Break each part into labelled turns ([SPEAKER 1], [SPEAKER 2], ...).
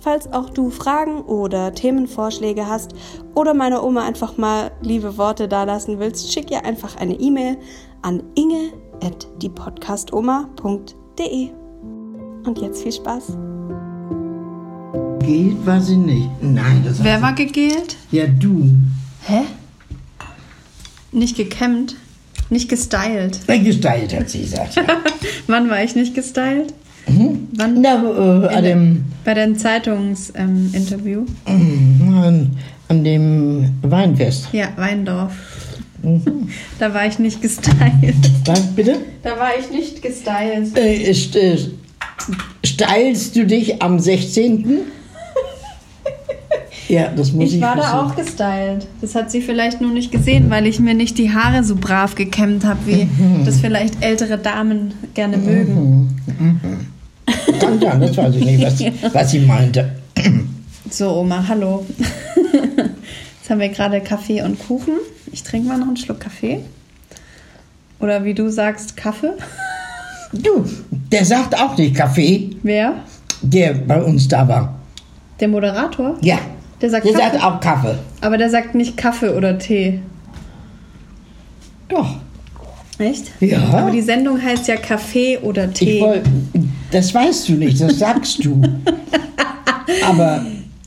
[SPEAKER 1] Falls auch du Fragen oder Themenvorschläge hast oder meiner Oma einfach mal liebe Worte dalassen willst, schick ihr einfach eine E-Mail an inge.diepodcastoma.de. E. Und jetzt viel Spaß.
[SPEAKER 2] Geht war sie nicht. Nein, das hat
[SPEAKER 1] Wer
[SPEAKER 2] sie-
[SPEAKER 1] war gegelt?
[SPEAKER 2] Ja, du.
[SPEAKER 1] Hä? Nicht gekämmt? Nicht gestylt?
[SPEAKER 2] Äh, Gestylt hat sie gesagt. ja.
[SPEAKER 1] Wann war ich nicht gestylt? Wann?
[SPEAKER 2] Mhm. Na, äh, an, dem,
[SPEAKER 1] Bei deinem Zeitungsinterview?
[SPEAKER 2] an, an dem Weinfest.
[SPEAKER 1] ja, Weindorf.
[SPEAKER 2] Mhm.
[SPEAKER 1] Da war ich nicht gestylt.
[SPEAKER 2] Was bitte?
[SPEAKER 1] Da war ich nicht gestylt.
[SPEAKER 2] Äh, st äh, steilst du dich am 16.? ja, das muss ich,
[SPEAKER 1] Ich war da
[SPEAKER 2] wissen.
[SPEAKER 1] auch gestylt. Das hat sie vielleicht nur nicht gesehen, weil ich mir nicht die Haare so brav gekämmt habe, wie das vielleicht ältere Damen gerne mögen.
[SPEAKER 2] Kann sein, das weiß ich nicht, was, was sie meinte.
[SPEAKER 1] So, Oma, hallo. Jetzt haben wir gerade Kaffee und Kuchen. Ich trinke mal noch einen Schluck Kaffee. Oder wie du sagst, Kaffee.
[SPEAKER 2] Du, der sagt auch nicht Kaffee,
[SPEAKER 1] Wer?
[SPEAKER 2] der bei uns da war.
[SPEAKER 1] Der Moderator?
[SPEAKER 2] Ja.
[SPEAKER 1] Der sagt
[SPEAKER 2] der
[SPEAKER 1] Kaffee.
[SPEAKER 2] sagt auch Kaffee.
[SPEAKER 1] Aber der sagt nicht Kaffee oder Tee.
[SPEAKER 2] Doch.
[SPEAKER 1] Echt?
[SPEAKER 2] Ja.
[SPEAKER 1] Aber die Sendung heißt ja Kaffee oder Tee.
[SPEAKER 2] Ich wollt, das weißt du nicht, das sagst du. Aber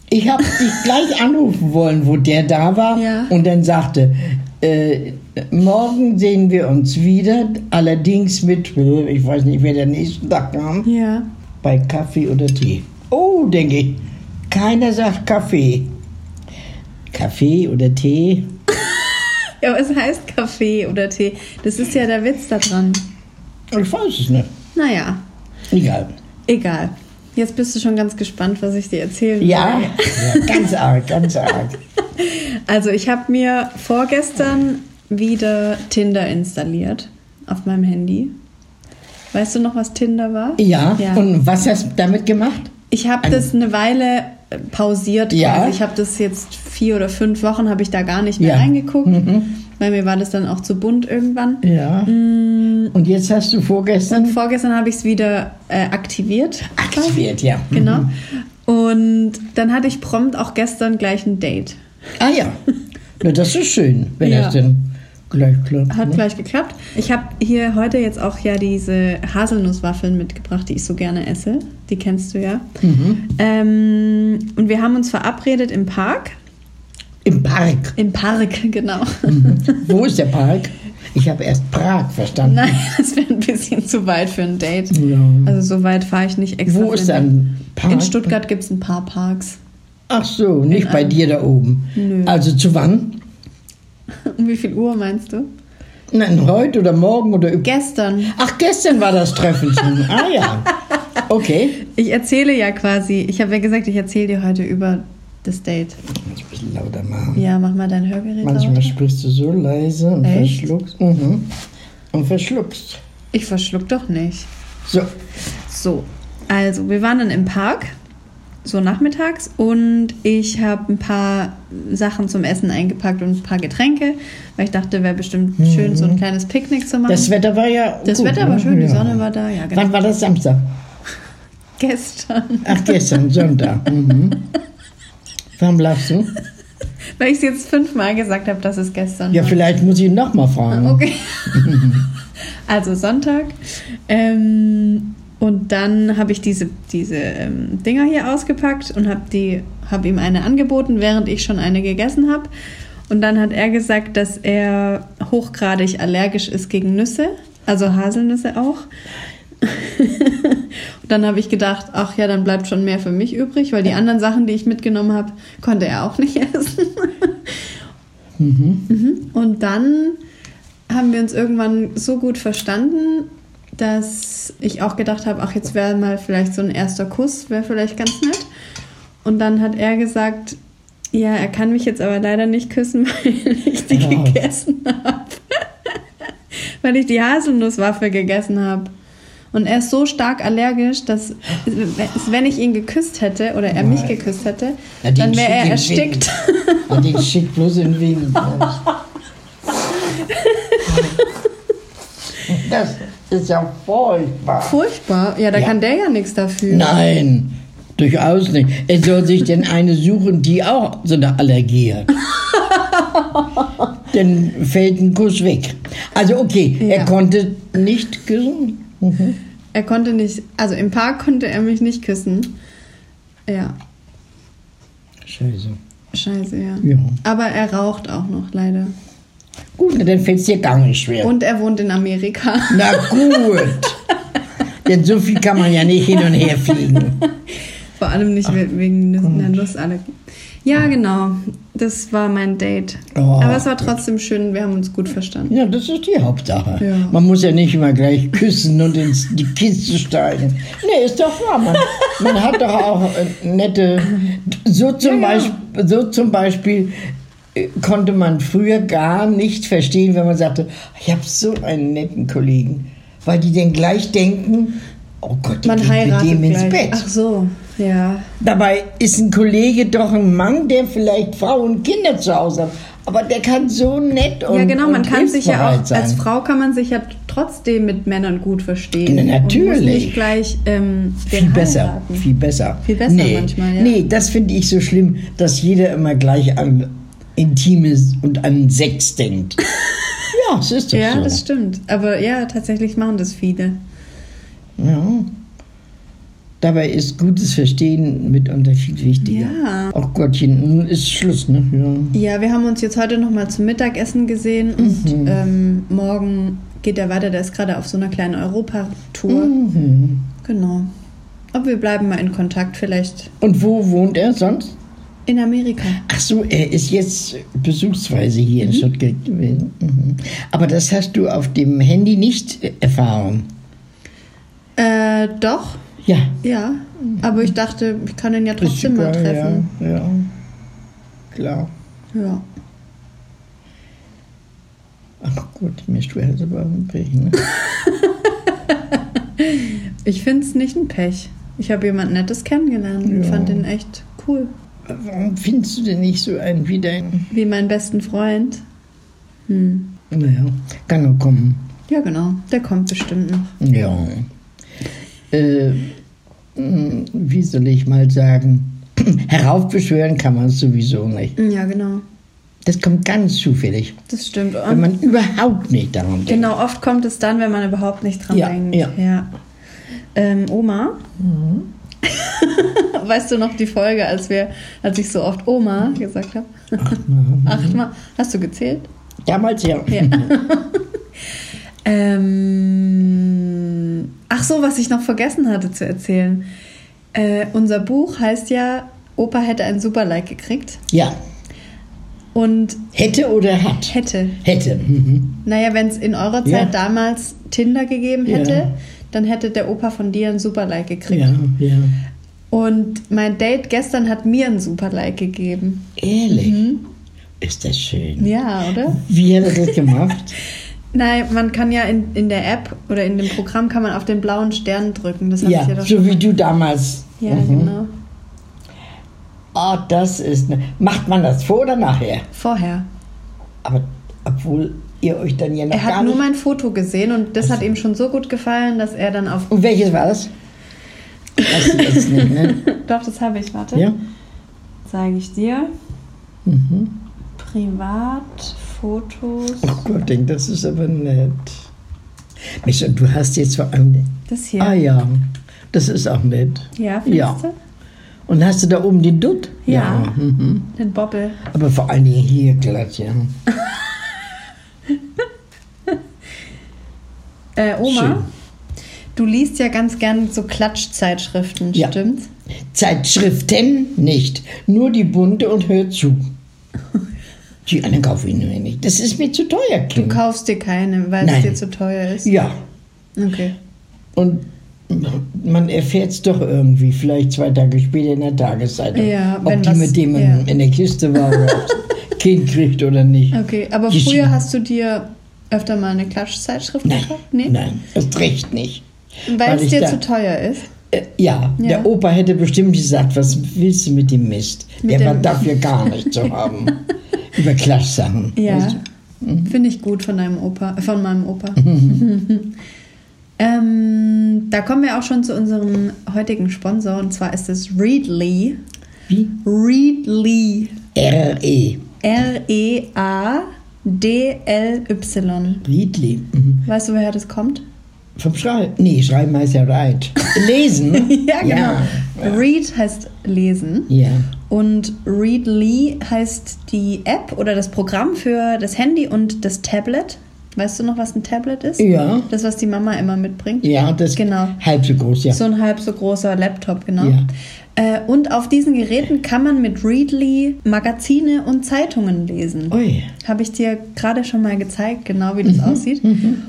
[SPEAKER 2] ich habe dich gleich anrufen wollen, wo der da war
[SPEAKER 1] Ja.
[SPEAKER 2] und dann sagte, äh, morgen sehen wir uns wieder, allerdings mit, ich weiß nicht, wer der nächsten Tag kam,
[SPEAKER 1] ja.
[SPEAKER 2] bei Kaffee oder Tee. Oh, denke ich, keiner sagt Kaffee. Kaffee oder Tee?
[SPEAKER 1] ja. Aber es heißt Kaffee oder Tee. Das ist ja der Witz da dran.
[SPEAKER 2] Ich weiß es nicht.
[SPEAKER 1] Naja,
[SPEAKER 2] Egal.
[SPEAKER 1] egal. Jetzt bist du schon ganz gespannt, was ich dir erzählen will.
[SPEAKER 2] Ja, ja ganz arg, ganz arg.
[SPEAKER 1] Also ich habe mir vorgestern wieder Tinder installiert auf meinem Handy. Weißt du noch, was Tinder war?
[SPEAKER 2] Ja,
[SPEAKER 1] Ja.
[SPEAKER 2] und was hast du damit gemacht?
[SPEAKER 1] Ich habe
[SPEAKER 2] Ein-
[SPEAKER 1] das eine Weile äh, pausiert.
[SPEAKER 2] Ja.
[SPEAKER 1] quasi. Ich habe das jetzt vier oder fünf Wochen habe ich da gar nicht mehr
[SPEAKER 2] Ja. Mhm.
[SPEAKER 1] reingeguckt, weil mir war das dann auch zu bunt irgendwann.
[SPEAKER 2] Ja. Und jetzt hast du
[SPEAKER 1] Und
[SPEAKER 2] vorgestern
[SPEAKER 1] vorgestern habe ich es wieder äh, aktiviert.
[SPEAKER 2] aktiviert, Mhm. ja.
[SPEAKER 1] Genau. Und dann hatte ich prompt auch gestern gleich ein Date.
[SPEAKER 2] Ah ja. Na, das ist schön, wenn
[SPEAKER 1] Ja.
[SPEAKER 2] das denn gleich klappt.
[SPEAKER 1] Hat
[SPEAKER 2] ne?
[SPEAKER 1] gleich geklappt. Ich habe hier heute jetzt auch ja diese Haselnusswaffeln mitgebracht, die ich so gerne esse. Die kennst du ja.
[SPEAKER 2] Mhm.
[SPEAKER 1] Ähm, und wir haben uns verabredet im Park.
[SPEAKER 2] Im Park.
[SPEAKER 1] Im Park, genau.
[SPEAKER 2] Wo ist der Park? Ich habe erst Prag verstanden.
[SPEAKER 1] Nein, das wäre ein bisschen zu weit für ein Date.
[SPEAKER 2] Ja.
[SPEAKER 1] Also so weit fahre ich nicht extra.
[SPEAKER 2] Wo
[SPEAKER 1] für
[SPEAKER 2] ist
[SPEAKER 1] ein
[SPEAKER 2] dann
[SPEAKER 1] Date.
[SPEAKER 2] Park?
[SPEAKER 1] In Stuttgart gibt es ein paar Parks.
[SPEAKER 2] Ach so, nicht bei dir da oben.
[SPEAKER 1] Nö.
[SPEAKER 2] Also zu wann?
[SPEAKER 1] Um wie viel Uhr meinst du?
[SPEAKER 2] Nein, heute oder morgen oder üb-
[SPEAKER 1] Gestern.
[SPEAKER 2] Ach, gestern war das Treffen schon. Ah ja. Okay.
[SPEAKER 1] Ich erzähle ja quasi, ich habe ja gesagt, ich erzähle dir heute über das Date.
[SPEAKER 2] Ich will lauter machen.
[SPEAKER 1] Ja, mach mal dein Hörgerät
[SPEAKER 2] Manchmal
[SPEAKER 1] lauter.
[SPEAKER 2] sprichst du so leise und
[SPEAKER 1] Echt?
[SPEAKER 2] verschluckst. Mhm. Und verschluckst.
[SPEAKER 1] Ich verschluck doch nicht.
[SPEAKER 2] So,
[SPEAKER 1] So, also wir waren dann im Park, so nachmittags, und ich habe ein paar Sachen zum Essen eingepackt und ein paar Getränke, weil ich dachte, wäre bestimmt schön, so ein kleines Picknick zu machen.
[SPEAKER 2] Mhm. das Wetter war ja.
[SPEAKER 1] Ah. Das
[SPEAKER 2] gut,
[SPEAKER 1] Wetter
[SPEAKER 2] ne?
[SPEAKER 1] war schön, die
[SPEAKER 2] Ja.
[SPEAKER 1] Sonne war da, ja genau.
[SPEAKER 2] Wann war das Samstag?
[SPEAKER 1] Gestern.
[SPEAKER 2] Ach, gestern, Sonntag. Mhm. Warum lachst du?
[SPEAKER 1] Weil ich es jetzt fünfmal gesagt habe, dass es gestern
[SPEAKER 2] Ja,
[SPEAKER 1] war.
[SPEAKER 2] vielleicht muss ich nochmal fragen.
[SPEAKER 1] Okay. also Sonntag. Ähm, und dann habe ich diese, diese ähm, Dinger hier ausgepackt und habe die habe ihm eine angeboten, während ich schon eine gegessen habe. Und dann hat er gesagt, dass er hochgradig allergisch ist gegen Nüsse, also Haselnüsse auch. und dann habe ich gedacht, ach ja, dann bleibt schon mehr für mich übrig, weil die anderen Sachen, die ich mitgenommen habe, konnte er auch nicht essen. Und dann haben wir uns irgendwann so gut verstanden, dass ich auch gedacht habe, ach, jetzt wäre mal vielleicht so ein erster Kuss, wäre vielleicht ganz nett. Und dann hat er gesagt, Ja, er kann mich jetzt aber leider nicht küssen, weil ich die
[SPEAKER 2] Ja.
[SPEAKER 1] gegessen habe. weil ich die Haselnusswaffe gegessen habe. Und er ist so stark allergisch, dass es- wenn ich ihn geküsst hätte oder er mich geküsst hätte,
[SPEAKER 2] Ja, den
[SPEAKER 1] dann wäre
[SPEAKER 2] schick
[SPEAKER 1] er
[SPEAKER 2] ihn
[SPEAKER 1] erstickt.
[SPEAKER 2] Und den schickt bloß in Wien. raus. Das ist ja furchtbar.
[SPEAKER 1] Furchtbar. Ja, da kann der ja nichts dafür.
[SPEAKER 2] Nein, durchaus nicht. Es soll sich denn eine suchen, die auch so eine Allergie hat. Dann fällt ein Kuss weg. Also okay,
[SPEAKER 1] Ja.
[SPEAKER 2] er konnte nicht küssen. Mhm.
[SPEAKER 1] Er konnte nicht, also im Park konnte er mich nicht küssen. Ja,
[SPEAKER 2] Scheiße.
[SPEAKER 1] scheiße, ja.
[SPEAKER 2] Ja.
[SPEAKER 1] Aber er raucht auch noch, leider.
[SPEAKER 2] Gut, na, dann fällt es dir gar nicht schwer.
[SPEAKER 1] Und er wohnt in Amerika.
[SPEAKER 2] Na gut. denn so viel kann man ja nicht hin und her fliegen.
[SPEAKER 1] Vor allem nicht we- wegen Nuss- einer Nussallergie. Ja, genau. Das war mein Date.
[SPEAKER 2] Oh,
[SPEAKER 1] Aber es war trotzdem schön, wir haben uns gut verstanden.
[SPEAKER 2] Ja, das ist die Hauptsache.
[SPEAKER 1] Ja.
[SPEAKER 2] Man muss ja nicht immer gleich küssen und ins die Kiste steigen. Nee, ist doch wahr. Man, man hat doch auch äh, nette. So zum,
[SPEAKER 1] Ja, ja.
[SPEAKER 2] Beispiel, so zum Beispiel äh, konnte man früher gar nicht verstehen, wenn man sagte, ich habe so einen netten Kollegen, weil die dann gleich denken, oh Gott, die
[SPEAKER 1] Man
[SPEAKER 2] geht mit
[SPEAKER 1] heiratet
[SPEAKER 2] dem ins
[SPEAKER 1] gleich.
[SPEAKER 2] Bett.
[SPEAKER 1] Ach so, ja.
[SPEAKER 2] Dabei ist ein Kollege doch ein Mann, der vielleicht Frau und Kinder zu Hause hat. Aber der kann so nett und
[SPEAKER 1] ja, genau, man
[SPEAKER 2] und
[SPEAKER 1] kann sich ja
[SPEAKER 2] hilfsbereit
[SPEAKER 1] auch,
[SPEAKER 2] sein.
[SPEAKER 1] als Frau kann man sich ja trotzdem mit Männern gut verstehen.
[SPEAKER 2] Na,
[SPEAKER 1] Und muss
[SPEAKER 2] natürlich.
[SPEAKER 1] nicht gleich ähm, den
[SPEAKER 2] Viel besser,
[SPEAKER 1] heiraten.
[SPEAKER 2] viel besser.
[SPEAKER 1] Viel besser manchmal, ja.
[SPEAKER 2] Nee, das finde ich so schlimm, dass jeder immer gleich an Intimes und an Sex denkt. ja, es ist doch
[SPEAKER 1] Ja,
[SPEAKER 2] so.
[SPEAKER 1] das stimmt. Aber ja, tatsächlich machen das viele.
[SPEAKER 2] ja. Dabei ist gutes Verstehen mitunter viel wichtiger.
[SPEAKER 1] Ja.
[SPEAKER 2] Ach Gottchen, nun ist Schluss, ne? Ja.
[SPEAKER 1] Ja, wir haben uns jetzt heute nochmal zum Mittagessen gesehen und
[SPEAKER 2] Mhm.
[SPEAKER 1] ähm, morgen geht er weiter. Der ist gerade auf so einer kleinen Europatour.
[SPEAKER 2] Mhm.
[SPEAKER 1] Genau. Aber wir bleiben mal in Kontakt, vielleicht
[SPEAKER 2] Und wo wohnt er sonst?
[SPEAKER 1] in Amerika.
[SPEAKER 2] Ach so, er ist jetzt besuchsweise hier
[SPEAKER 1] Mhm.
[SPEAKER 2] in Stuttgart gewesen. Mhm. Aber das hast du auf dem Handy nicht äh, erfahren.
[SPEAKER 1] Äh, doch,
[SPEAKER 2] Ja.
[SPEAKER 1] ja. Aber ich dachte, ich kann ihn ja
[SPEAKER 2] ist
[SPEAKER 1] trotzdem mal
[SPEAKER 2] egal,
[SPEAKER 1] treffen.
[SPEAKER 2] Ja, ja. Klar.
[SPEAKER 1] Ja.
[SPEAKER 2] Ach gut, mir ist schwer zu brechen.
[SPEAKER 1] Ich finde es nicht ein Pech. Ich habe jemand Nettes kennengelernt und
[SPEAKER 2] Ja.
[SPEAKER 1] fand ihn echt cool.
[SPEAKER 2] Warum findest du denn nicht so einen wie deinen?
[SPEAKER 1] Wie meinen besten Freund. Hm.
[SPEAKER 2] Naja, kann noch kommen.
[SPEAKER 1] Ja, genau. Der kommt bestimmt noch.
[SPEAKER 2] Ja. Äh, mh, wie soll ich mal sagen? Heraufbeschwören kann man es sowieso nicht.
[SPEAKER 1] Ja, genau.
[SPEAKER 2] Das kommt ganz zufällig,
[SPEAKER 1] Das stimmt.
[SPEAKER 2] wenn
[SPEAKER 1] Und
[SPEAKER 2] man überhaupt nicht daran denkt.
[SPEAKER 1] Genau, oft kommt es dann, wenn man überhaupt nicht dran
[SPEAKER 2] Ja,
[SPEAKER 1] denkt.
[SPEAKER 2] ja. Mhm.
[SPEAKER 1] Ähm, Oma, weißt du noch die Folge, als wir, als ich so oft Oma gesagt habe? Achtmal. Hast du gezählt?
[SPEAKER 2] Damals ja.
[SPEAKER 1] Ja. ähm, ach so, was ich noch vergessen hatte zu erzählen. Äh, unser Buch heißt ja, Opa hätte ein Superlike gekriegt
[SPEAKER 2] Ja.
[SPEAKER 1] und
[SPEAKER 2] Hätte oder hat?
[SPEAKER 1] hätte.
[SPEAKER 2] Hätte. Mhm.
[SPEAKER 1] Naja, wenn es in eurer Zeit
[SPEAKER 2] Ja.
[SPEAKER 1] damals Tinder gegeben
[SPEAKER 2] Ja.
[SPEAKER 1] hätte, dann hätte der Opa von dir ein Superlike gekriegt.
[SPEAKER 2] Ja, ja.
[SPEAKER 1] Und mein Date gestern hat mir ein Superlike gegeben.
[SPEAKER 2] Ehrlich?
[SPEAKER 1] Mhm.
[SPEAKER 2] Ist das schön.
[SPEAKER 1] Ja, oder?
[SPEAKER 2] Wie hat er das gemacht?
[SPEAKER 1] Nein, man kann ja in, in der App oder in dem Programm kann man auf den blauen Stern drücken. Das habe ich ja
[SPEAKER 2] ja, Mhm.
[SPEAKER 1] doch
[SPEAKER 2] so wie du damals.
[SPEAKER 1] Ja, genau.
[SPEAKER 2] Ah, das ist. Ne Macht man das vor oder nachher?
[SPEAKER 1] Vorher.
[SPEAKER 2] Aber obwohl ihr euch dann ja noch
[SPEAKER 1] Er
[SPEAKER 2] gar
[SPEAKER 1] hat nur
[SPEAKER 2] nicht. Also
[SPEAKER 1] mein Foto gesehen und das hat ihm schon so gut gefallen, dass er dann auf.
[SPEAKER 2] Und welches war das? Weißt du das nicht, ne?
[SPEAKER 1] Doch, das habe ich, warte.
[SPEAKER 2] Ja?
[SPEAKER 1] Zeige ich dir.
[SPEAKER 2] Mhm.
[SPEAKER 1] Privatfotos.
[SPEAKER 2] Oh Gott, denk, das ist aber nett. Mensch, und du hast jetzt vor allem.
[SPEAKER 1] Das hier.
[SPEAKER 2] Ah ja, das ist auch nett.
[SPEAKER 1] Ja, findest
[SPEAKER 2] Ja.
[SPEAKER 1] du?
[SPEAKER 2] Und hast du da oben den Dutt?
[SPEAKER 1] Ja.
[SPEAKER 2] Mhm.
[SPEAKER 1] Den Bobbel.
[SPEAKER 2] Aber vor allen Dingen hier glatt, ja.
[SPEAKER 1] Äh, Oma,
[SPEAKER 2] Schön.
[SPEAKER 1] du liest ja ganz gern so Klatschzeitschriften,
[SPEAKER 2] Ja.
[SPEAKER 1] stimmt's?
[SPEAKER 2] Zeitschriften nicht. Nur die bunte und hört zu. Die anderen kaufe ich nur nicht. Das ist mir zu teuer,
[SPEAKER 1] Du
[SPEAKER 2] Kind.
[SPEAKER 1] kaufst dir keine, weil
[SPEAKER 2] Nein.
[SPEAKER 1] es dir zu teuer ist.
[SPEAKER 2] Ja.
[SPEAKER 1] Okay.
[SPEAKER 2] Und man erfährt es doch irgendwie, vielleicht zwei Tage später in der Tageszeitung,
[SPEAKER 1] Ja, wenn
[SPEAKER 2] ob die
[SPEAKER 1] was-
[SPEAKER 2] mit dem in-
[SPEAKER 1] ja.
[SPEAKER 2] in der Kiste war oder ob das Kind kriegt oder nicht.
[SPEAKER 1] Okay, aber
[SPEAKER 2] Die
[SPEAKER 1] früher
[SPEAKER 2] Schiene.
[SPEAKER 1] hast du dir öfter mal eine Klatschzeitschrift
[SPEAKER 2] Nein,
[SPEAKER 1] gekauft?
[SPEAKER 2] nein, erst recht nicht.
[SPEAKER 1] Weil es
[SPEAKER 2] ich
[SPEAKER 1] dir
[SPEAKER 2] da-
[SPEAKER 1] zu teuer ist.
[SPEAKER 2] Äh, ja,
[SPEAKER 1] Ja.
[SPEAKER 2] der Opa hätte bestimmt gesagt, was willst du mit dem Mist?
[SPEAKER 1] Mit
[SPEAKER 2] der war
[SPEAKER 1] dem-
[SPEAKER 2] dafür gar nicht zu haben. Über Klatschsachen.
[SPEAKER 1] Ja.
[SPEAKER 2] weißt du?
[SPEAKER 1] Finde ich gut von deinem Opa, äh, von meinem Opa.
[SPEAKER 2] Mhm.
[SPEAKER 1] ähm, da kommen wir auch schon zu unserem heutigen Sponsor und zwar ist es Readly.
[SPEAKER 2] Wie? E,
[SPEAKER 1] Readly.
[SPEAKER 2] R.E.
[SPEAKER 1] E R-E-A-D-L-Y.
[SPEAKER 2] Riedli. Mhm.
[SPEAKER 1] Weißt du, woher das kommt?
[SPEAKER 2] Vom Schreiben. Nee, Schreiben heißt ja Reit. Lesen.
[SPEAKER 1] ja, genau.
[SPEAKER 2] Ja.
[SPEAKER 1] Read heißt lesen.
[SPEAKER 2] ja.
[SPEAKER 1] Und Readly heißt die App oder das Programm für das Handy und das Tablet. Weißt du noch, was ein Tablet ist?
[SPEAKER 2] Ja.
[SPEAKER 1] Das, was die Mama immer mitbringt.
[SPEAKER 2] Ja, das
[SPEAKER 1] Genau.
[SPEAKER 2] halb so groß, ja.
[SPEAKER 1] So ein halb so großer Laptop, genau.
[SPEAKER 2] Ja.
[SPEAKER 1] Äh, und auf diesen Geräten kann man mit Readly Magazine und Zeitungen lesen.
[SPEAKER 2] Ui.
[SPEAKER 1] Habe ich dir gerade schon mal gezeigt, genau wie das aussieht.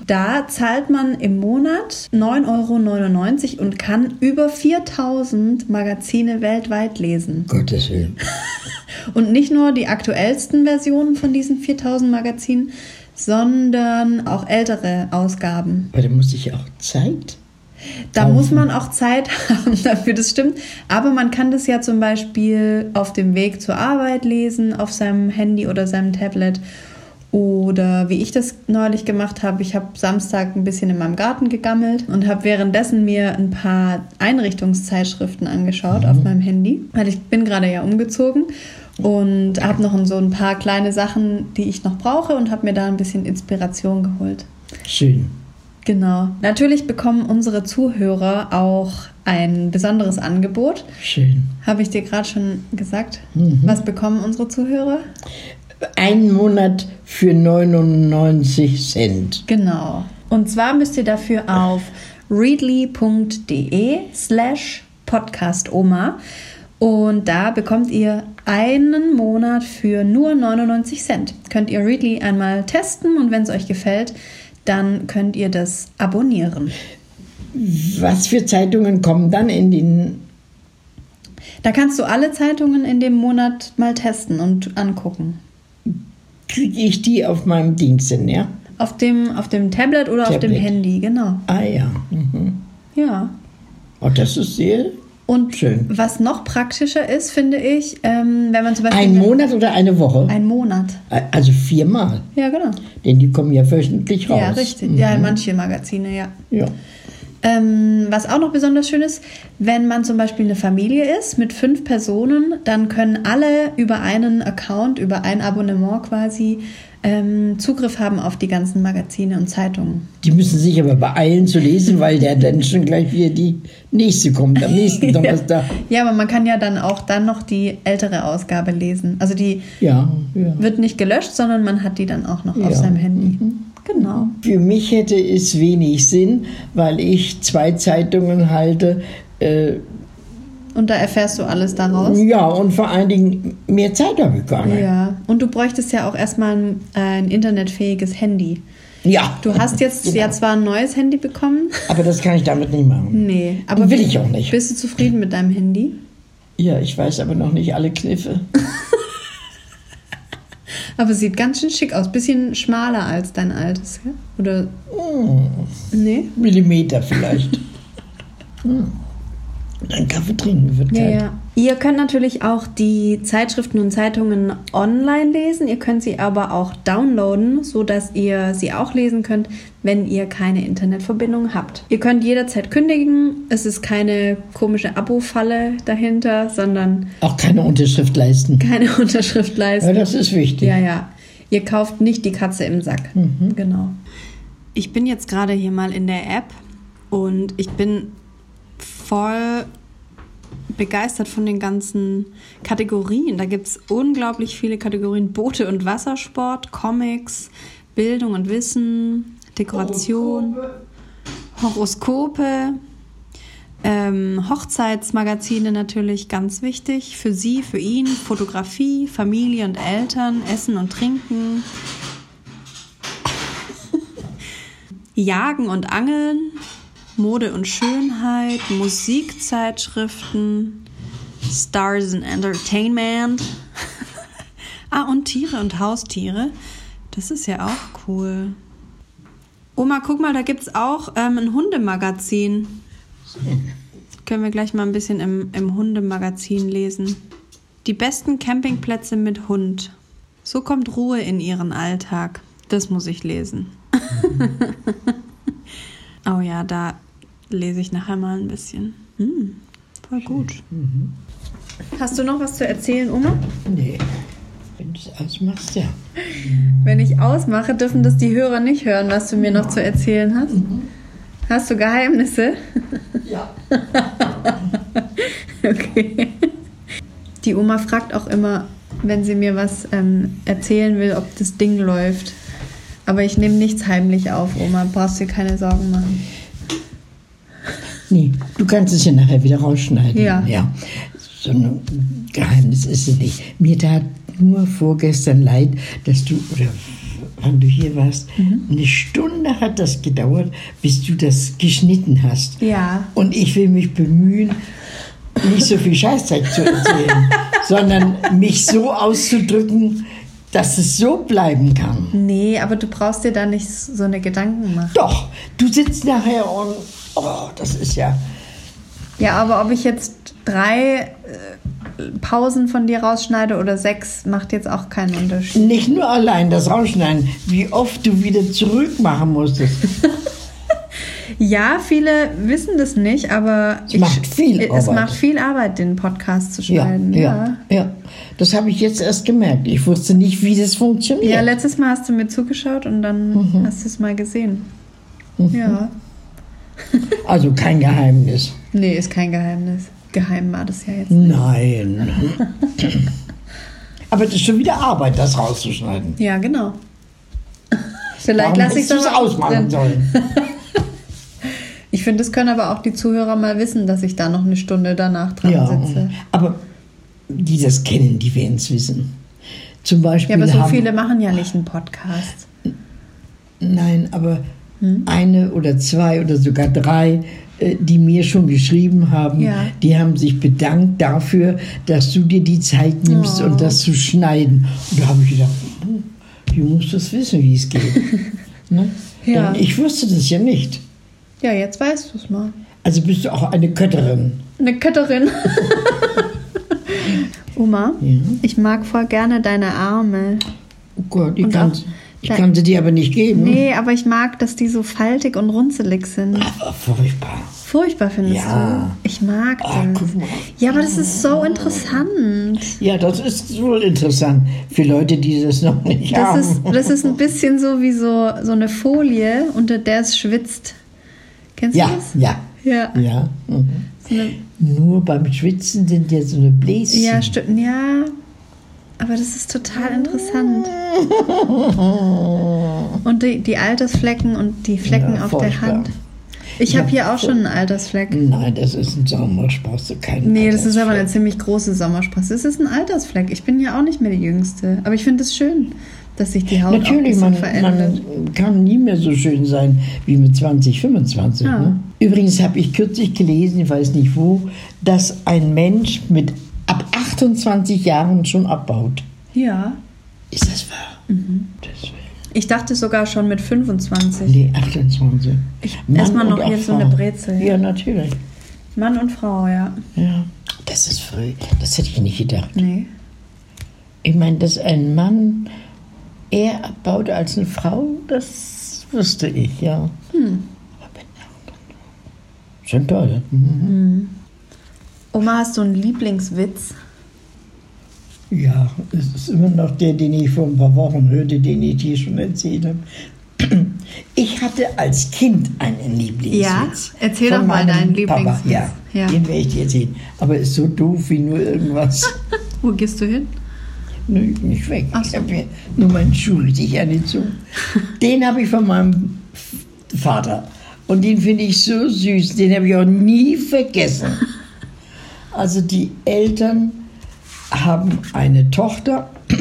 [SPEAKER 1] Da zahlt man im Monat 9,99 Euro und kann über 4000 Magazine weltweit lesen.
[SPEAKER 2] Gottes Willen.
[SPEAKER 1] Und nicht nur die aktuellsten Versionen von diesen 4000 Magazinen, sondern auch ältere Ausgaben.
[SPEAKER 2] Aber da muss ich auch Zeit.
[SPEAKER 1] Da muss man auch Zeit haben dafür, das stimmt. Aber man kann das ja zum Beispiel auf dem Weg zur Arbeit lesen, auf seinem Handy oder seinem Tablet. Oder wie ich das neulich gemacht habe, ich habe Samstag ein bisschen in meinem Garten gegammelt und habe währenddessen mir ein paar Einrichtungszeitschriften angeschaut auf meinem Handy, weil ich bin gerade ja umgezogen und habe noch so ein paar kleine Sachen, die ich noch brauche und habe mir da ein bisschen Inspiration geholt.
[SPEAKER 2] Schön.
[SPEAKER 1] Genau. Natürlich bekommen unsere Zuhörer auch ein besonderes Angebot.
[SPEAKER 2] Schön.
[SPEAKER 1] Habe ich dir gerade schon gesagt. Was bekommen unsere Zuhörer?
[SPEAKER 2] Einen Monat für 99 Cent.
[SPEAKER 1] Genau. Und zwar müsst ihr dafür auf readly.de slash podcastoma und da bekommt ihr einen Monat für nur 99 Cent. Könnt ihr Readly einmal testen und wenn es euch gefällt, dann könnt ihr das abonnieren.
[SPEAKER 2] Was für Zeitungen kommen dann in den.
[SPEAKER 1] Da kannst du alle Zeitungen in dem Monat mal testen und angucken.
[SPEAKER 2] Kriege ich die auf meinem Dienst hin, ja?
[SPEAKER 1] Auf dem, auf dem Tablet oder auf dem
[SPEAKER 2] Tablet.
[SPEAKER 1] Handy, genau.
[SPEAKER 2] Ah ja. Mhm.
[SPEAKER 1] Ja.
[SPEAKER 2] Oh, das ist sehr.
[SPEAKER 1] Und
[SPEAKER 2] Schön.
[SPEAKER 1] was noch praktischer ist, finde ich, ähm, wenn man zum Beispiel.
[SPEAKER 2] Ein Monat oder eine Woche?
[SPEAKER 1] Ein Monat.
[SPEAKER 2] Also viermal.
[SPEAKER 1] Ja, genau.
[SPEAKER 2] Denn die kommen ja wöchentlich raus.
[SPEAKER 1] Ja, richtig. Ja,
[SPEAKER 2] Mhm.
[SPEAKER 1] manche Magazine, ja.
[SPEAKER 2] Ja.
[SPEAKER 1] Ähm, was auch noch besonders schön ist, wenn man zum Beispiel eine Familie ist mit fünf Personen, dann können alle über einen Account, über ein Abonnement quasi ähm, Zugriff haben auf die ganzen Magazine und Zeitungen.
[SPEAKER 2] Die müssen sich aber beeilen zu lesen, weil der dann schon gleich wieder die nächste kommt, am nächsten Donnerstag.
[SPEAKER 1] Ja, aber man kann ja dann auch dann noch die ältere Ausgabe lesen. Also die
[SPEAKER 2] Ja, ja.
[SPEAKER 1] wird nicht gelöscht, sondern man hat die dann auch noch auf
[SPEAKER 2] Ja.
[SPEAKER 1] seinem Handy. Genau.
[SPEAKER 2] Für mich hätte es wenig Sinn, weil ich zwei Zeitungen halte. Äh,
[SPEAKER 1] Und da erfährst du alles daraus.
[SPEAKER 2] ja, und vor allen Dingen mehr Zeit habe ich gar nicht. Ja.
[SPEAKER 1] Ja. Und du bräuchtest ja auch erstmal ein, ein internetfähiges Handy. Du hast jetzt
[SPEAKER 2] Genau.
[SPEAKER 1] ja zwar ein neues Handy bekommen.
[SPEAKER 2] Aber das kann ich damit nicht machen.
[SPEAKER 1] Nee, aber
[SPEAKER 2] Will ich auch nicht.
[SPEAKER 1] Bist du zufrieden mit deinem Handy?
[SPEAKER 2] Ja, ich weiß aber noch nicht alle Kniffe.
[SPEAKER 1] Aber sieht ganz schön schick aus. Bisschen schmaler als dein altes, ja? Oder.
[SPEAKER 2] Mm.
[SPEAKER 1] Nee?
[SPEAKER 2] Millimeter vielleicht. Hm. Dann Kaffee trinken wird
[SPEAKER 1] Ja,
[SPEAKER 2] Zeit.
[SPEAKER 1] ja. Ihr könnt natürlich auch die Zeitschriften und Zeitungen online lesen. Ihr könnt sie aber auch downloaden, sodass ihr sie auch lesen könnt, wenn ihr keine Internetverbindung habt. Ihr könnt jederzeit kündigen. Es ist keine komische Abo-Falle dahinter, sondern
[SPEAKER 2] Auch keine Unterschrift leisten.
[SPEAKER 1] keine Unterschrift leisten.
[SPEAKER 2] Ja, das ist wichtig.
[SPEAKER 1] Ja, ja. Ihr kauft nicht die Katze im Sack. Genau. Ich bin jetzt gerade hier mal in der App und ich bin voll begeistert von den ganzen Kategorien. Da gibt es unglaublich viele Kategorien. Boote und Wassersport, Comics, Bildung und Wissen, Dekoration, Horoskope, ähm, Hochzeitsmagazine natürlich ganz wichtig. Für sie, für ihn, Fotografie, Familie und Eltern, Essen und Trinken. Jagen und Angeln, Mode und Schönheit, Musikzeitschriften, Stars and Entertainment. ah, und Tiere und Haustiere. Das ist ja auch cool. Oma, guck mal, da gibt es auch ähm, ein Hundemagazin. Können wir gleich mal ein bisschen im, im Hundemagazin lesen. Die besten Campingplätze mit Hund. So kommt Ruhe in ihren Alltag. Das muss ich lesen. oh ja, da lese ich nachher mal ein bisschen. Hm, voll gut. Hast du noch was zu erzählen, Oma?
[SPEAKER 2] Nee. Wenn du es ausmachst, ja.
[SPEAKER 1] Wenn ich ausmache, dürfen das die Hörer nicht hören, was du mir noch zu erzählen hast. Hast du Geheimnisse?
[SPEAKER 2] Ja.
[SPEAKER 1] Okay. Die Oma fragt auch immer, wenn sie mir was ähm, erzählen will, ob das Ding läuft. Aber ich nehme nichts heimlich auf, Oma. Brauchst dir keine Sorgen machen.
[SPEAKER 2] Nee, du kannst es ja nachher wieder rausschneiden.
[SPEAKER 1] Ja.
[SPEAKER 2] ja. So ein Geheimnis ist es nicht. Mir tat nur vorgestern leid, dass du, oder wann du hier warst,
[SPEAKER 1] Mhm.
[SPEAKER 2] eine Stunde hat das gedauert, bis du das geschnitten hast.
[SPEAKER 1] Ja.
[SPEAKER 2] Und ich will mich bemühen, nicht so viel Scheißzeug zu erzählen, sondern mich so auszudrücken, dass es so bleiben kann.
[SPEAKER 1] Nee, aber du brauchst dir da nicht so eine Gedanken machen.
[SPEAKER 2] Doch, du sitzt nachher und, oh, das ist ja,
[SPEAKER 1] Ja, aber ob ich jetzt drei äh, Pausen von dir rausschneide oder sechs, macht jetzt auch keinen Unterschied.
[SPEAKER 2] Nicht nur allein das Rausschneiden, wie oft du wieder zurück machen musstest.
[SPEAKER 1] Ja, viele wissen das nicht, aber
[SPEAKER 2] Es macht viel
[SPEAKER 1] es
[SPEAKER 2] Arbeit.
[SPEAKER 1] macht viel Arbeit, den Podcast zu
[SPEAKER 2] Ja,
[SPEAKER 1] schneiden.
[SPEAKER 2] ja, ja. Das habe ich jetzt erst gemerkt. Ich wusste nicht, wie das funktioniert.
[SPEAKER 1] Ja, letztes Mal hast du mir zugeschaut und dann
[SPEAKER 2] Mhm.
[SPEAKER 1] hast du es mal gesehen. Ja.
[SPEAKER 2] also kein Geheimnis.
[SPEAKER 1] Nee, ist kein Geheimnis. Geheim war das ja jetzt.
[SPEAKER 2] Nein. Aber das ist schon wieder Arbeit, das rauszuschneiden.
[SPEAKER 1] Ja, genau. Vielleicht
[SPEAKER 2] Warum
[SPEAKER 1] lasse ich
[SPEAKER 2] hättest du
[SPEAKER 1] es
[SPEAKER 2] es ausmachen sollen.
[SPEAKER 1] Ich finde, das können aber auch die Zuhörer mal wissen, dass ich da noch eine Stunde danach dran
[SPEAKER 2] Ja.
[SPEAKER 1] sitze.
[SPEAKER 2] Aber die das kennen, die werden es wissen. Zum Beispiel
[SPEAKER 1] Ja, aber so
[SPEAKER 2] haben,
[SPEAKER 1] viele machen ja nicht einen Podcast.
[SPEAKER 2] Nein, aber
[SPEAKER 1] Hm?
[SPEAKER 2] eine oder zwei oder sogar drei, äh, die mir schon geschrieben haben,
[SPEAKER 1] Ja.
[SPEAKER 2] die haben sich bedankt dafür, dass du dir die Zeit nimmst
[SPEAKER 1] Oh.
[SPEAKER 2] und das zu schneiden. Und da habe ich gedacht, hm, du musst das wissen, wie es geht. ne?
[SPEAKER 1] Ja.
[SPEAKER 2] Denn ich wusste das ja nicht.
[SPEAKER 1] Ja, jetzt weißt du es mal.
[SPEAKER 2] Also bist du auch eine Kötterin.
[SPEAKER 1] Eine Kötterin. Oma, ich mag voll gerne deine Arme.
[SPEAKER 2] Oh Gott, ich,
[SPEAKER 1] Und
[SPEAKER 2] kann,
[SPEAKER 1] auch-
[SPEAKER 2] ich kann sie dir aber nicht geben.
[SPEAKER 1] Nee, aber ich mag, dass die so faltig und runzelig sind.
[SPEAKER 2] Aber furchtbar.
[SPEAKER 1] Furchtbar findest
[SPEAKER 2] Ja.
[SPEAKER 1] du. Ich mag das.
[SPEAKER 2] Ah, guck mal.
[SPEAKER 1] Ja, aber das ist so interessant.
[SPEAKER 2] Ja, das ist wohl interessant für Leute, die das noch nicht
[SPEAKER 1] Das
[SPEAKER 2] haben.
[SPEAKER 1] ist, das ist ein bisschen so wie so, so eine Folie, unter der es schwitzt. Kennst du
[SPEAKER 2] ja,
[SPEAKER 1] das?
[SPEAKER 2] ja,
[SPEAKER 1] Ja.
[SPEAKER 2] ja. Mhm.
[SPEAKER 1] So eine,
[SPEAKER 2] Nur beim Schwitzen sind ja so eine Bläschen.
[SPEAKER 1] ja, stimmt. Ja. Aber das ist total interessant. Und die, die Altersflecken und die Flecken
[SPEAKER 2] Ja,
[SPEAKER 1] auf der
[SPEAKER 2] furchtbar.
[SPEAKER 1] Hand. Ich habe hier auch schon einen Altersfleck.
[SPEAKER 2] Nein, das ist ein Sommersch, brauchst du keinen.
[SPEAKER 1] Nee, das ist aber
[SPEAKER 2] Altersfleck.
[SPEAKER 1] eine ziemlich große Sommersprosse. Es ist ein Altersfleck. Ich bin ja auch nicht mehr die Jüngste. Aber ich finde es schön, dass sich die Haut auch ein
[SPEAKER 2] Natürlich,
[SPEAKER 1] bisschen
[SPEAKER 2] man,
[SPEAKER 1] verändert.
[SPEAKER 2] man kann nie mehr so schön sein wie mit 20, 25.
[SPEAKER 1] Ja.
[SPEAKER 2] Ne? Übrigens habe ich kürzlich gelesen, ich weiß nicht wo, dass ein Mensch mit ab 28 Jahren schon abbaut.
[SPEAKER 1] Ja.
[SPEAKER 2] Ist das wahr?
[SPEAKER 1] Mhm.
[SPEAKER 2] Das,
[SPEAKER 1] Ich dachte sogar schon mit 25.
[SPEAKER 2] nee, 28. Mann
[SPEAKER 1] erst mal
[SPEAKER 2] und
[SPEAKER 1] noch
[SPEAKER 2] auch
[SPEAKER 1] hier so eine
[SPEAKER 2] Frau.
[SPEAKER 1] Brezel.
[SPEAKER 2] Ja, natürlich.
[SPEAKER 1] Mann und Frau, ja.
[SPEAKER 2] Ja. Das ist früh. Das hätte ich nicht gedacht.
[SPEAKER 1] Nee.
[SPEAKER 2] Ich meine, dass ein Mann eher abbaut als eine Frau, das wusste ich, ja.
[SPEAKER 1] Hm.
[SPEAKER 2] Aber na, Schon toll. Mhm.
[SPEAKER 1] Oma, hast du einen Lieblingswitz?
[SPEAKER 2] Ja, es ist immer noch der, den ich vor ein paar Wochen hörte, den ich dir schon erzählt habe. Ich hatte als Kind einen Lieblingswitz.
[SPEAKER 1] Ja? Erzähl
[SPEAKER 2] Von
[SPEAKER 1] doch mal
[SPEAKER 2] meinem
[SPEAKER 1] deinen Lieblingswitz.
[SPEAKER 2] Papa. Ja,
[SPEAKER 1] Ja.
[SPEAKER 2] den werde ich dir erzählen. Aber ist so doof wie nur irgendwas.
[SPEAKER 1] Wo gehst du hin?
[SPEAKER 2] Nö, ich bin nicht weg.
[SPEAKER 1] Ach
[SPEAKER 2] Ich
[SPEAKER 1] so.
[SPEAKER 2] habe mir nur meinen Schuh richtig angezogen. Den habe ich von meinem F- Vater. Und den finde ich so süß. Den habe ich auch nie vergessen. Also die Eltern haben eine Tochter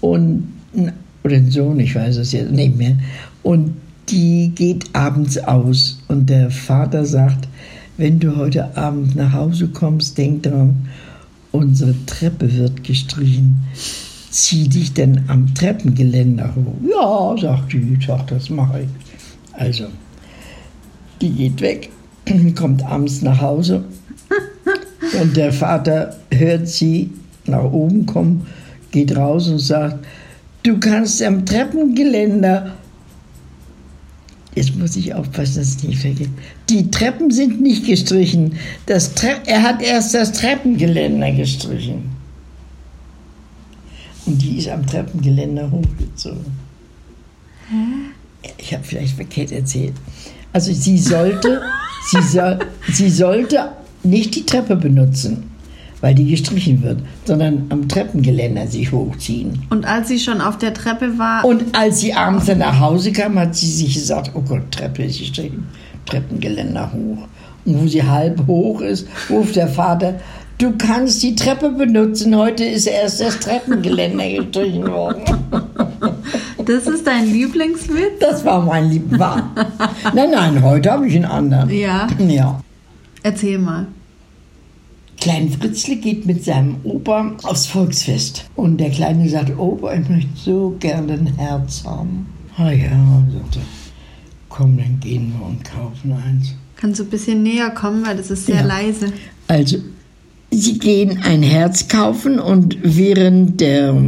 [SPEAKER 2] und n- oder einen Sohn, ich weiß es jetzt nicht mehr. Und die geht abends aus und der Vater sagt, wenn du heute Abend nach Hause kommst, denk dran, unsere Treppe wird gestrichen. Zieh dich denn am Treppengeländer hoch. Ja, sagt die, sagt, das mache ich. Also, die geht weg, kommt abends nach Hause und der Vater hört sie nach oben kommen, geht raus und sagt, du kannst am Treppengeländer Jetzt muss ich aufpassen, dass ich nicht vergesse. Die Treppen sind nicht gestrichen. Das Tre er hat erst das Treppengeländer gestrichen. Und die ist am Treppengeländer hochgezogen. Ich habe vielleicht verkehrt erzählt. Also sie sollte, sie, soll, sie sollte nicht die Treppe benutzen, weil die gestrichen wird, sondern am Treppengeländer sich hochziehen.
[SPEAKER 1] Und als sie schon auf der Treppe war,
[SPEAKER 2] Und als sie abends dann nach Hause kam, hat sie sich gesagt, oh Gott, Treppe ist gestrichen, Treppengeländer hoch. Und wo sie halb hoch ist, ruft der Vater, du kannst die Treppe benutzen, heute ist erst das Treppengeländer gestrichen worden.
[SPEAKER 1] das ist dein Lieblingswitz?
[SPEAKER 2] Das war mein Lieb war. Nein, nein, heute habe ich einen anderen.
[SPEAKER 1] Ja.
[SPEAKER 2] Ja.
[SPEAKER 1] Erzähl mal.
[SPEAKER 2] Klein Fritzle geht mit seinem Opa aufs Volksfest. Und der Kleine sagt, Opa, ich möchte so gerne ein Herz haben. Ah ja, sagt er, komm, dann gehen wir und kaufen eins.
[SPEAKER 1] Kannst du ein bisschen näher kommen, weil das ist sehr
[SPEAKER 2] Ja.
[SPEAKER 1] leise.
[SPEAKER 2] Also, sie gehen ein Herz kaufen und während der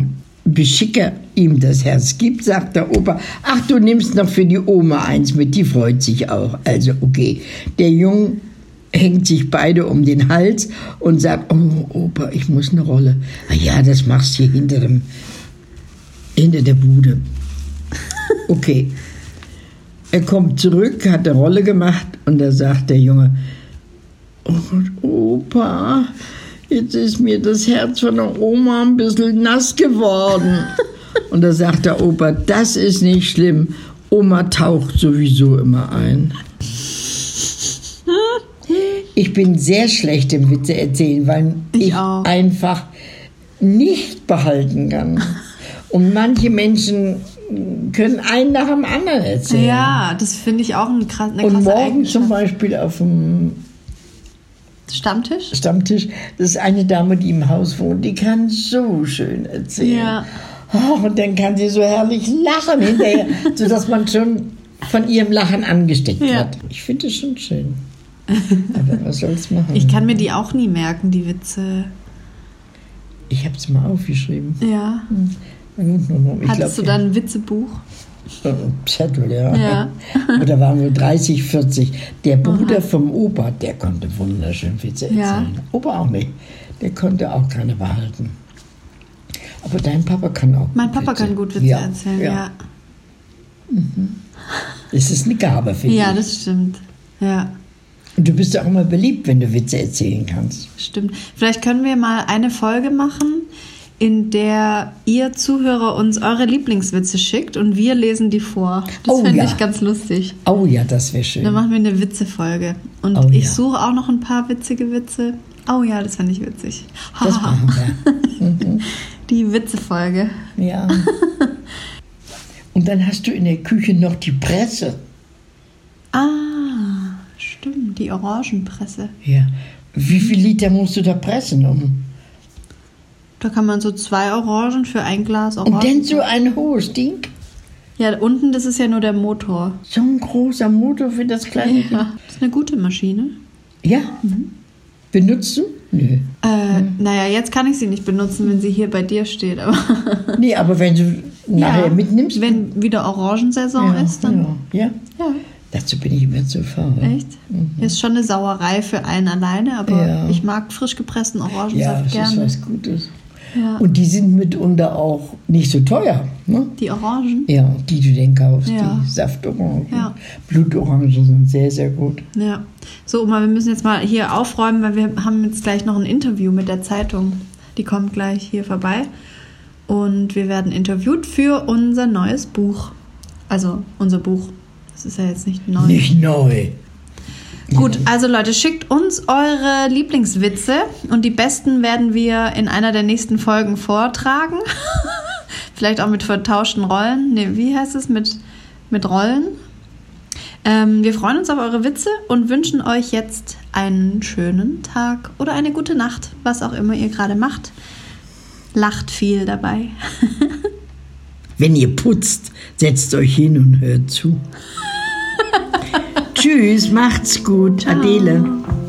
[SPEAKER 2] Beschicker ihm das Herz gibt, sagt der Opa, ach, du nimmst noch für die Oma eins mit, die freut sich auch. Also, okay, der Junge hängt sich beide um den Hals und sagt, oh, Opa, ich muss eine Rolle. Ah ja, das machst du hier hinter, dem, hinter der Bude. Okay. Er kommt zurück, hat eine Rolle gemacht und da sagt der Junge, und Opa, jetzt ist mir das Herz von der Oma ein bisschen nass geworden. Und da sagt der Opa, das ist nicht schlimm. Oma taucht sowieso immer ein. Ich bin sehr schlecht im Witze erzählen, weil
[SPEAKER 1] Ich
[SPEAKER 2] ich,
[SPEAKER 1] auch.
[SPEAKER 2] einfach nicht behalten kann. Und manche Menschen können einen nach dem anderen erzählen.
[SPEAKER 1] Ja, das finde ich auch ein krass, eine
[SPEAKER 2] Und
[SPEAKER 1] krasse
[SPEAKER 2] morgen
[SPEAKER 1] Eigenschaft.
[SPEAKER 2] zum Beispiel auf dem
[SPEAKER 1] Stammtisch?
[SPEAKER 2] Stammtisch. Das ist eine Dame, die im Haus wohnt, die kann so schön erzählen.
[SPEAKER 1] Ja.
[SPEAKER 2] Oh, und dann kann sie so herrlich lachen hinterher, sodass man schon von ihrem Lachen angesteckt
[SPEAKER 1] Ja.
[SPEAKER 2] wird. Ich finde es schon schön. Aber was soll's machen?
[SPEAKER 1] Ich kann mir die auch nie merken, die Witze.
[SPEAKER 2] Ich habe es mal aufgeschrieben.
[SPEAKER 1] Ja.
[SPEAKER 2] Na gut, nun, nun, Ich
[SPEAKER 1] Hattest du
[SPEAKER 2] glaub,
[SPEAKER 1] dann ein Witzebuch?
[SPEAKER 2] äh, Zettel, ja.
[SPEAKER 1] Ja.
[SPEAKER 2] Aber da waren wir 30, 40. Der Bruder vom Opa, der konnte wunderschön Witze erzählen.
[SPEAKER 1] Ja.
[SPEAKER 2] Opa auch nicht. Der konnte auch keine behalten. Aber dein Papa kann auch.
[SPEAKER 1] Mein
[SPEAKER 2] gut
[SPEAKER 1] Papa kann gut Witze erzählen, ja.
[SPEAKER 2] Es ist eine Gabe,
[SPEAKER 1] Ja,
[SPEAKER 2] finde ich.
[SPEAKER 1] das stimmt. Ja,
[SPEAKER 2] Und du bist ja auch immer beliebt, wenn du Witze erzählen kannst.
[SPEAKER 1] stimmt. Vielleicht können wir mal eine Folge machen, in der ihr Zuhörer uns eure Lieblingswitze schickt und wir lesen die vor. Das
[SPEAKER 2] Oh,
[SPEAKER 1] finde
[SPEAKER 2] ja.
[SPEAKER 1] ich ganz lustig.
[SPEAKER 2] Oh ja, das wäre
[SPEAKER 1] Dann
[SPEAKER 2] schön.
[SPEAKER 1] machen wir eine Witze-Folge. Und
[SPEAKER 2] Oh,
[SPEAKER 1] ich
[SPEAKER 2] ja.
[SPEAKER 1] suche auch noch ein paar witzige Witze. Oh ja, das fände ich witzig.
[SPEAKER 2] Das
[SPEAKER 1] Haha.
[SPEAKER 2] machen wir.
[SPEAKER 1] die Witze-Folge.
[SPEAKER 2] Ja. Und dann hast du in der Küche noch die Presse.
[SPEAKER 1] Ah, stimmt, die Orangenpresse.
[SPEAKER 2] Ja. Wie viel Liter musst du da pressen, um
[SPEAKER 1] Da kann man so zwei Orangen für ein Glas Orangen.
[SPEAKER 2] Und dann so ein hohes Ding.
[SPEAKER 1] ja, unten, das ist ja nur der Motor.
[SPEAKER 2] So ein großer Motor für das kleine. Ja.
[SPEAKER 1] Ja, das ist eine gute Maschine.
[SPEAKER 2] ja. Mhm. Benutzt du? Nö.
[SPEAKER 1] Äh,
[SPEAKER 2] Hm.
[SPEAKER 1] Naja, jetzt kann ich sie nicht benutzen, wenn sie hier bei dir steht. Aber
[SPEAKER 2] Nee, aber wenn du nachher
[SPEAKER 1] Ja,
[SPEAKER 2] mitnimmst.
[SPEAKER 1] Wenn wieder Orangensaison
[SPEAKER 2] ja,
[SPEAKER 1] ist, dann.
[SPEAKER 2] Ja. ja.
[SPEAKER 1] Ja,
[SPEAKER 2] Dazu bin ich immer zu faul.
[SPEAKER 1] echt? Ist schon eine Sauerei für einen alleine, aber
[SPEAKER 2] Mhm. Ja.
[SPEAKER 1] ich mag frisch gepressten
[SPEAKER 2] Ja, das
[SPEAKER 1] Orangensaft
[SPEAKER 2] ist
[SPEAKER 1] gerne.
[SPEAKER 2] was Gutes.
[SPEAKER 1] Ja.
[SPEAKER 2] Und die sind mitunter auch nicht so teuer. Ne?
[SPEAKER 1] Die Orangen?
[SPEAKER 2] Ja, die du denn kaufst,
[SPEAKER 1] Ja.
[SPEAKER 2] die Saftorangen.
[SPEAKER 1] Ja.
[SPEAKER 2] Blutorangen sind sehr, sehr gut.
[SPEAKER 1] Ja. So, Oma, wir müssen jetzt mal hier aufräumen, weil wir haben jetzt gleich noch ein Interview mit der Zeitung. Die kommt gleich hier vorbei. Und wir werden interviewt für unser neues Buch. Also unser Buch. Das ist ja jetzt nicht neu.
[SPEAKER 2] Nicht neu.
[SPEAKER 1] Gut, also Leute, schickt uns eure Lieblingswitze und die besten werden wir in einer der nächsten Folgen vortragen. Vielleicht auch mit vertauschten Rollen. Nee, wie heißt es? Mit, mit Rollen? Ähm, wir freuen uns auf eure Witze und wünschen euch jetzt einen schönen Tag oder eine gute Nacht, was auch immer ihr gerade macht. Lacht viel dabei.
[SPEAKER 2] Wenn ihr putzt, setzt euch hin und hört zu. Tschüss, macht's gut. Adele.